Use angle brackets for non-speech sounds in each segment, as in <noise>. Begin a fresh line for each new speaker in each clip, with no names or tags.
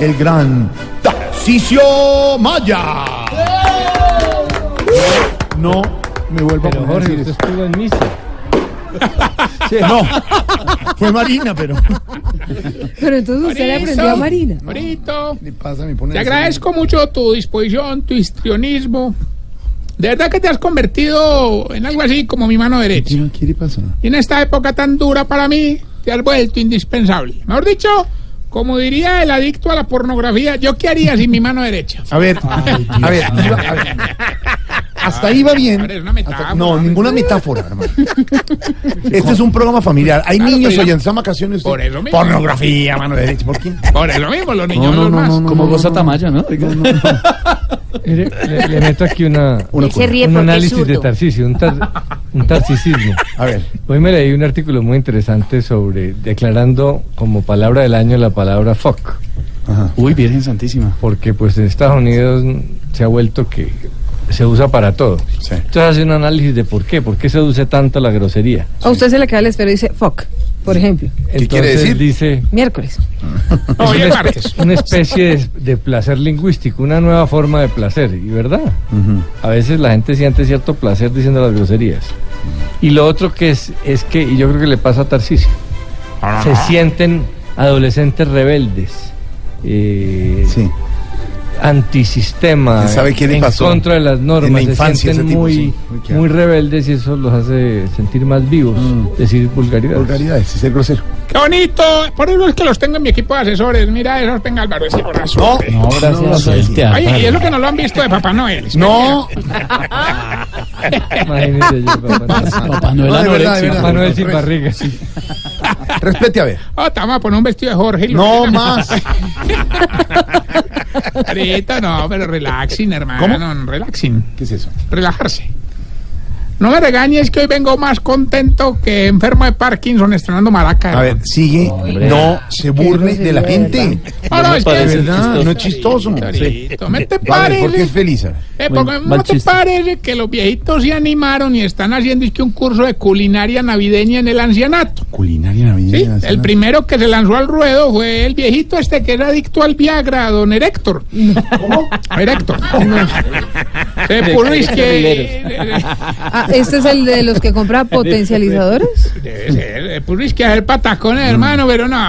el gran Tarcisio Maya. No me vuelvo a
Pero
poner a
Jorge,
decir eso.
usted estuvo en misa.
<laughs> No, fue Marina, pero.
Pero entonces usted le aprendió a Marina.
Morito,
¿Qué pasa? Me pone
te
a decir-
agradezco mucho tu disposición, tu histrionismo. De verdad que te has convertido en algo así como mi mano derecha.
¿Qué qué le pasa?
Y en esta época tan dura para mí, te has vuelto indispensable. Mejor dicho, como diría el adicto a la pornografía, ¿yo qué haría sin mi mano derecha?
A ver, a ver, iba- a ver. Hasta ahí va bien.
Ahora es una metáfora.
Hasta- no, ninguna metáfora, hermano. Este es un programa familiar. Hay
Claro,
niños
pero-
hoy en San vacaciones. usted-
Por eso mismo.
Pornografía, mano derecha. ¿Por qué?
Por eso mismo, los niños no, más.
Como goza Tamayo, ¿no?
Mire, Le, le meto aquí una,
Una
Él se
cosa.
ríe
un
porque es
análisis de
zurdo.
Tarcisio, un, tar- un tarcisismo.
A ver,
Hoy me leí un artículo muy interesante sobre declarando como palabra del año la palabra fuck,
Uy, Virgen Santísima.
porque pues en Estados Unidos se ha vuelto que se usa para todo.
sí.
Entonces hace un análisis de por qué, por qué se usa tanto la grosería.
A usted se le cae el esfero y dice, fuck, por ejemplo,
Entonces
quiere decir?
dice
miércoles.
es
Hoy es
una,
martes.
espe- una especie de, de placer lingüístico, una nueva forma de placer, y verdad.
Ujú.
A veces la gente siente cierto placer diciendo las groserías. Y lo otro que es, es que, y yo creo que le pasa a Tarcisio, se sienten adolescentes rebeldes, eh,
Sí.
antisistema,
¿Quién sabe qué le
en
pasó?
contra de las normas,
En la infancia
se sienten
ese tipo,
muy,
sí. Uy, qué
muy
asco.
rebeldes y eso los hace sentir más vivos,
Mm.
decir vulgaridades. <laughs>
Vulgaridades, es el grosero.
Qué bonito. Por eso es que los tengo en mi equipo de asesores. Mira, esos tenga Álvaro ese brazo.
No, gracias.
No,
a este
Oye, y
Álvaro.
es lo que no lo han visto de Papá Noel.
No,
Imagínese yo,
<laughs>
papá.
Papá
No,
Noel
de verdad,
anorexia.
de verdad.
Papá Noel sin barriga.
respete a ver.
Oh, te vamos a poner un vestido de Jorge. y lo
No
pones-
más.
Ahorita no, pero relaxing, hermano. Relaxing.
¿Qué es eso?
Relajarse. No me regañes que hoy vengo más contento que enfermo de Parkinson estrenando maraca.
A ver, sigue. No se burle
Qué
de la
grosería, de
gente.
Ah, no, es que-
De verdad, no es chistoso.
Clarito, ¿me te
A ver, ¿por qué
parece?
es feliz? A ver.
Eh, porque
Buen-
¿no
mal
te
chiste.
parece que los viejitos se animaron y están haciendo es que un curso de culinaria navideña en el ancianato?
Culinaria
Sí,
navideña.
el primero que se lanzó al ruedo fue el viejito este que era adicto al Viagra, don Erector. ¿Cómo? Erector.
<laughs>
Se puso es que. eh,
<laughs>
Ah, este es el de los que compra
pues.
potencializadores.
Debe ser, se puso eh, pues es que hacer patacones, hermano,
Mm.
pero no.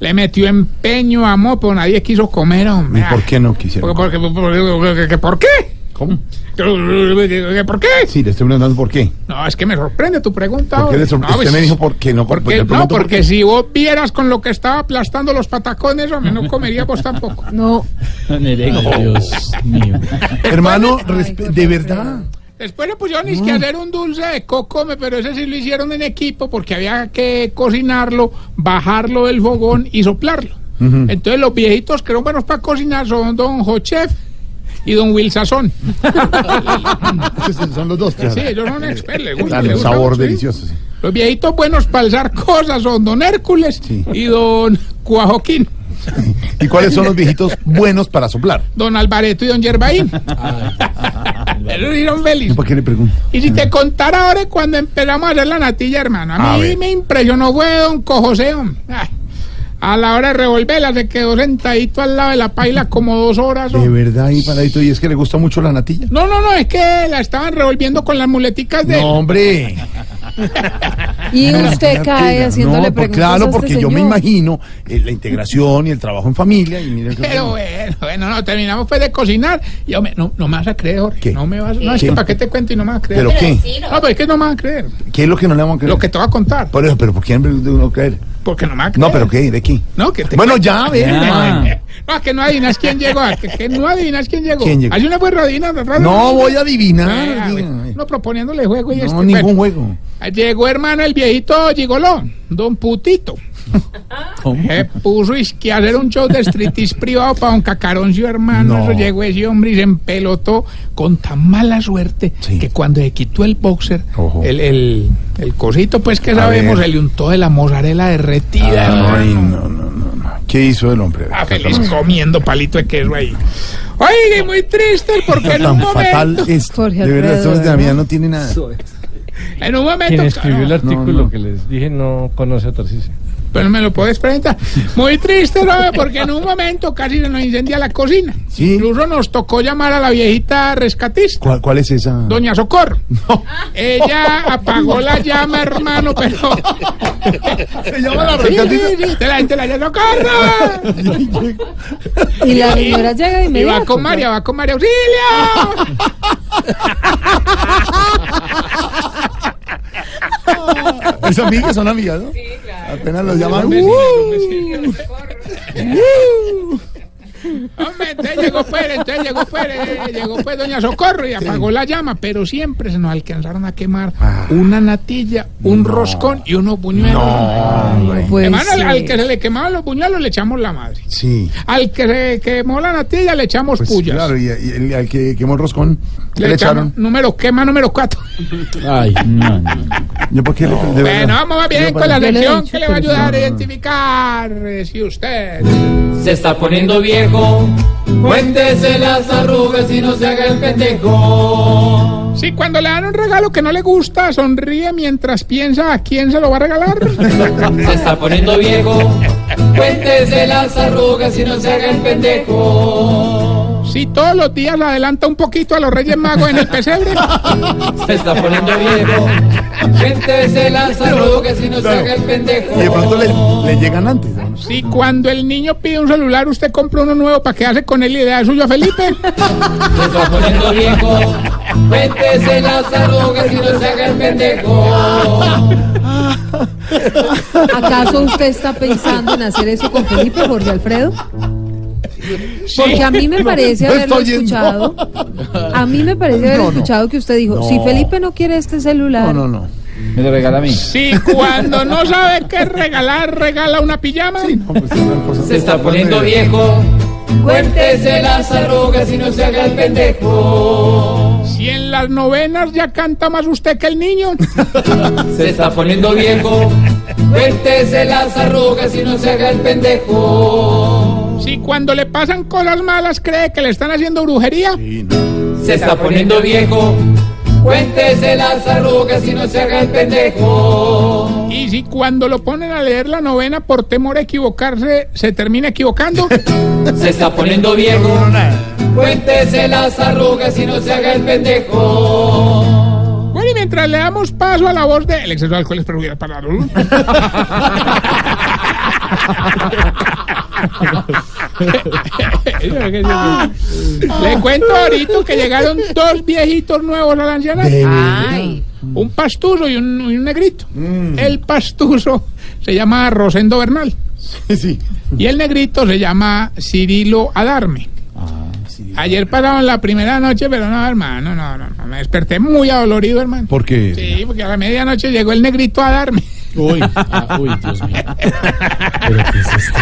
Le metió empeño, amor, pero nadie quiso comer,
¿Y
hombre.
por qué no quisieron?
Porque- porque- porque- porque- ¿Por qué?
¿Cómo?
¿Por qué?
Sí, le estoy preguntando por qué.
No, es que me sorprende tu pregunta.
¿Por qué
ahora.
le sor-
No,
Usted
pues,
me dijo por qué no.
porque,
le
no,
pregunto por
porque
qué.
si vos vieras con lo que estaba aplastando los patacones, hombre, no comería vos tampoco.
No,
Nereida, Dios mío.
<laughs>
Hermano,
Ay,
resp-
qué
de
horror.
verdad.
Después le pusieron es que
Mm.
hacer un dulce de coco, me- pero ese sí lo hicieron en equipo porque había que cocinarlo, bajarlo del fogón y soplarlo.
Ujú.
Entonces los viejitos que eran buenos para cocinar son don Jochef y don Will Sazón.
<laughs> Son los dos, claro.
Sí, ellos son expertos, les gusta,
Claro,
les
un
gusta
sabor
mucho, sí.
delicioso. sí.
Los viejitos buenos para alzar cosas son don Hércules
Sí.
y don Cuajoquín.
¿Y cuáles son los viejitos buenos para
<laughs>
soplar?
Don Alvareto y Don Yerbaín. <laughs> Ellos dieron feliz.
¿Para qué le pregunto?
Y si te contara ahora cuando empezamos a hacer la natilla, hermano,
A
a mí
ver.
me impresionó fue Don Cojoseón. Ay, A la hora de revolverla se quedó sentadito al lado de la paila como dos horas.
De
hombre.
verdad, y paradito, ¿y es que le gusta mucho la natilla?
No, no, no, es que la estaban revolviendo con las muleticas de...
No, hombre.
y usted
Una
cae
pena.
haciéndole
No, pues
preguntas. a
Claro,
este
porque yo me
señor.
imagino eh, la integración y el trabajo en familia. Y mira que-
Pero bueno, bueno, no, terminamos pues de cocinar. Y yo me- no, no me vas a creer, Jorge.
¿Qué?
No me vas No, es
¿Qué?
que para qué te cuento y no me vas a creer.
¿Pero qué?
No, pero es que no me vas a creer.
¿Qué es lo que no le vamos a creer?
Lo que te voy a contar.
Por eso, pero ¿por qué de uno creer?
Porque no me vas a creer.
No, pero ¿qué? ¿De qué?
No, que te
Bueno, ya, a ver.
Ya.
hermano.
<laughs> No, que no adivinas quién llegó. ah, Que, que no adivinas quién llegó.
¿Quién llegó?
Hay una buena rodina.
No voy a
Ah,
adivinar.
güey.
diga.
No, proponiéndole juego y este.
No, ningún
Bueno,
juego.
Llegó, hermano, el viejito gigolón, don Putito.
¿Cómo?
Se puso es que a hacer un show de streetis privado para don Cacaroncio, hermano.
No.
Eso llegó ese hombre y se empelotó con tan mala suerte
Sí.
que cuando se quitó el boxer,
Ojo.
el, el, el cosito, pues que sabemos,
ver.
se le untó de la mozzarella derretida.
Ay,
hermano.
no, no, no, no. ¿Qué hizo el hombre?
Ah, feliz comiendo palito de queso ahí. Oye, muy triste porque en un
Tan fatal
momento,
es.
Jorge
de verdad,
Alfredo,
esto de la vida
¿no?
no tiene nada.
en un
Quien
momento,
escribió el
claro,
artículo
no. <laughs>
que les dije no conoce a Tarcisio.
pero me lo puedes presentar. Muy triste, ¿no? porque en un momento casi se nos incendia la cocina.
Sí.
Incluso nos tocó llamar a la viejita rescatista.
¿Cuál, cuál es esa?
Doña Socorro. Ella
<laughs>
apagó la llama, hermano, pero.
Se llama la
Sí,
<laughs> rescatista.
sí, sí, te la gente la llama
<laughs>
Socorro.
Y la señora llega de
Y
inmediato.
va con María, va con María Auxilio.
Es amiga, son amigas, ¿no? Sí, claro. Apenas los llaman. ¡uh!
Hombre, entonces llegó Pérez, entonces llegó Pérez, llegó pues Doña Socorro y apagó la llama, pero siempre se nos alcanzaron a quemar
Ah.
una natilla, un
No.
roscón y unos buñuelos.
No,
No
güey.
puede
Hermano, al,
ser.
al que se le quemaban los buñuelos le echamos la madre.
Sí.
Al que se quemó la natilla le echamos
Pues
puyas.
claro, y, y el- al que quemó el roscón, ¿qué le,
echamos
echaron?
Número quema, número cuatro.
Ay, no, no.
Yo por qué le de verdad.
Bueno, vamos a
Yo
bien con
para-
la
Yo le he
lección
dicho
que le
que
va a ayudar a
no.
identificar eh, si usted.
Se está poniendo viejo. Cuéntese las arrugas y no se haga el pendejo.
Si cuando le dan un regalo que no le gusta, sonríe mientras piensa a quién se lo va
<laughs>
a regalar.
Se está poniendo viejo. Cuéntese las arrugas y no se haga el pendejo.
Si todos los días le adelanta un poquito a los Reyes Magos en el pesebre.
Se está poniendo viejo. Cuéntese las arrugas y no se haga el pendejo.
Y de pronto le, le llegan antes. ¿no?
Si cuando el niño pide un celular, usted compra uno nuevo para quedarse con él y le da el suyo a Felipe.
Se está poniendo viejo. Cuéntese las arrugas y no se haga el pendejo.
¿Acaso usted está pensando en hacer eso con Felipe Jorge Alfredo? Porque a mí me parece
no
haberlo
estoy yendo.
escuchado. A mí me parece haber
No, no.
escuchado que usted dijo,
No.
si Felipe no quiere este celular,
No, no, no.
Me lo regala a mí.
Si cuando no sabe qué regalar, regala una pijama.
No, pues, una cosa-
Se está poniendo viejo. Cuéntese las arrugas y no se haga el pendejo.
Si en las novenas ya canta más usted que el niño.
Se está poniendo viejo. Cuéntese las arrugas y no se haga el pendejo.
Si cuando le pasan cosas malas cree que le están haciendo brujería.
Sí, no.
Se está poniendo viejo. Cuéntese las arrugas y no se haga el pendejo.
Y si cuando lo ponen a leer la novena por temor a equivocarse, se termina equivocando.
Se está poniendo viejo. Cuéntese las arrugas y no se haga el pendejo.
Bueno, y mientras le damos paso a la voz de... El exceso de alcohol es perjudicial para la salud. Le cuento ahorita que llegaron dos viejitos nuevos a la anciana.
De
ay,
Un pastuso y un, y un negrito. El pastuso se llama Rosendo Bernal.
verdad. Sí.
Y el negrito se llama Cirilo Adarme. Ayer pasaron la primera noche, pero no, hermano, no, no, no, me desperté muy adolorido, hermano.
¿Por qué?
Sí, porque a la medianoche llegó el negrito a darme. <laughs>
Uy, ah, uy, Dios mío. Pero qué es esto.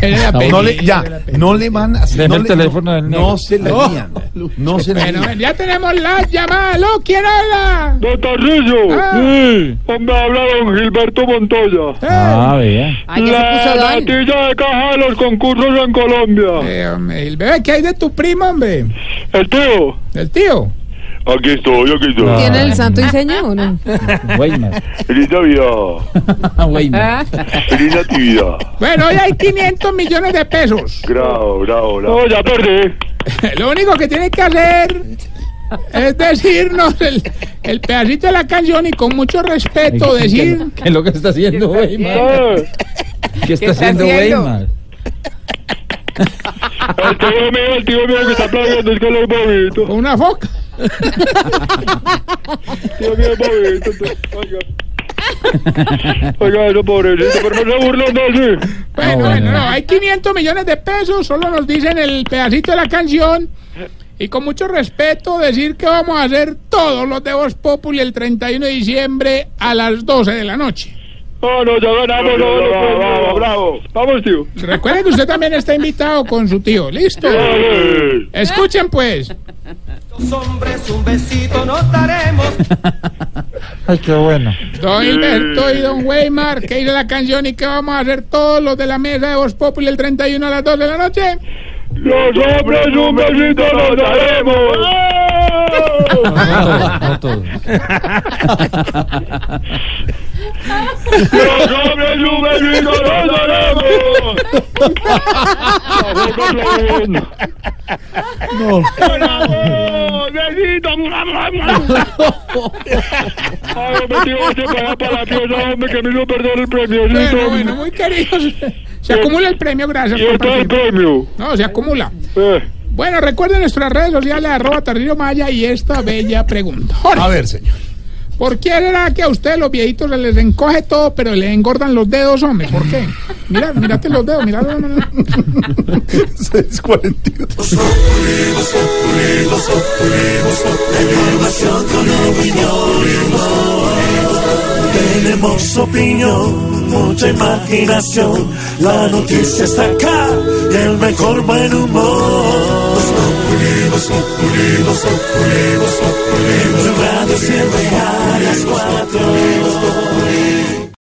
Era la
No le,
peli-
ya, no le van a...
Deme
no
el
le-
teléfono
no,
del negro.
no se le lían. No se le
Bueno,
lían.
ya tenemos la llamada. ¿Lo quién habla?
Doctor Rizzo,
Ah,
hombre, habla don Gilberto Montoya.
Ah, vea.
ay, ya se
La
puso don.
natilla de caja de los concursos en Colombia.
eh, hombre, el bebé, ¿qué hay de tu primo, hombre?
El tío.
El tío.
Aquí estoy, aquí estoy.
¿Tiene el santo diseño o no?
Weimar.
Feliz Navidad.
Ah, Weimar.
Feliz Natividad.
Bueno, hoy hay 500 millones de pesos. <laughs>
Bravo, bravo, bravo. No, ya perdí.
Lo único que tiene que hacer es decirnos el, el pedacito de la canción y con mucho respeto decir...
¿Qué es lo que está haciendo Weimar?
Eh,
¿Qué está haciendo Weimar?
El tío mío, el tío mío que está plagiando es con los bobitos.
con una foca.
Tío mío, bobito. Oiga. Oiga, no, pobrecito, pero no se burlan de así.
Bueno,
Ah,
bueno,
bueno.
no, hay 500 millones de pesos, solo nos dicen el pedacito de la canción. Y con mucho respeto decir que vamos a hacer todos los de Voz Populi el 31 de diciembre a las 12 de la noche.
No, no, ya ganamos. no, no, no, bravo, bravo. Vamos, tío.
Recuerden que usted también está invitado con su tío, ¿listo?
Dale.
Escuchen pues.
hombres un besito nos daremos.
Ay, qué bueno.
Don Hilberto y Don Weimar, que hizo la canción y que vamos a hacer todos los de la mesa de Voz Populi el 31 a las 12 de la noche.
Los hombres un besito nos daremos.
No todos, no todos.
Los hombres Lumen y no nos haremos. Vamos, Ramón.
No.
¡Bravo! ¡Bendito! Ay, hombre, tío, se para para la pieza, hombre, que me hizo perder el premio.
Bueno, bueno, muy queridos. Se acumula el premio, gracias
Y está el
participar.
premio.
No, se acumula.
Eh.
Bueno, recuerden nuestras redes sociales, arroba Tarcillo Maya y esta bella pregunta.
A
Jorge,
ver, señor. <laughs>
¿por qué será que a ustedes los viejitos se les encoge todo, pero les engordan los dedos, hombre? ¿Por qué? Mira, mírate los dedos, mira. mira, mira.
642.
Tenemos opinión, mucha imaginación. La noticia está acá y el mejor buen humor. Los populimos, populimos, populimos, populimos. En tu radio siempre a las cuatro. Los populimos,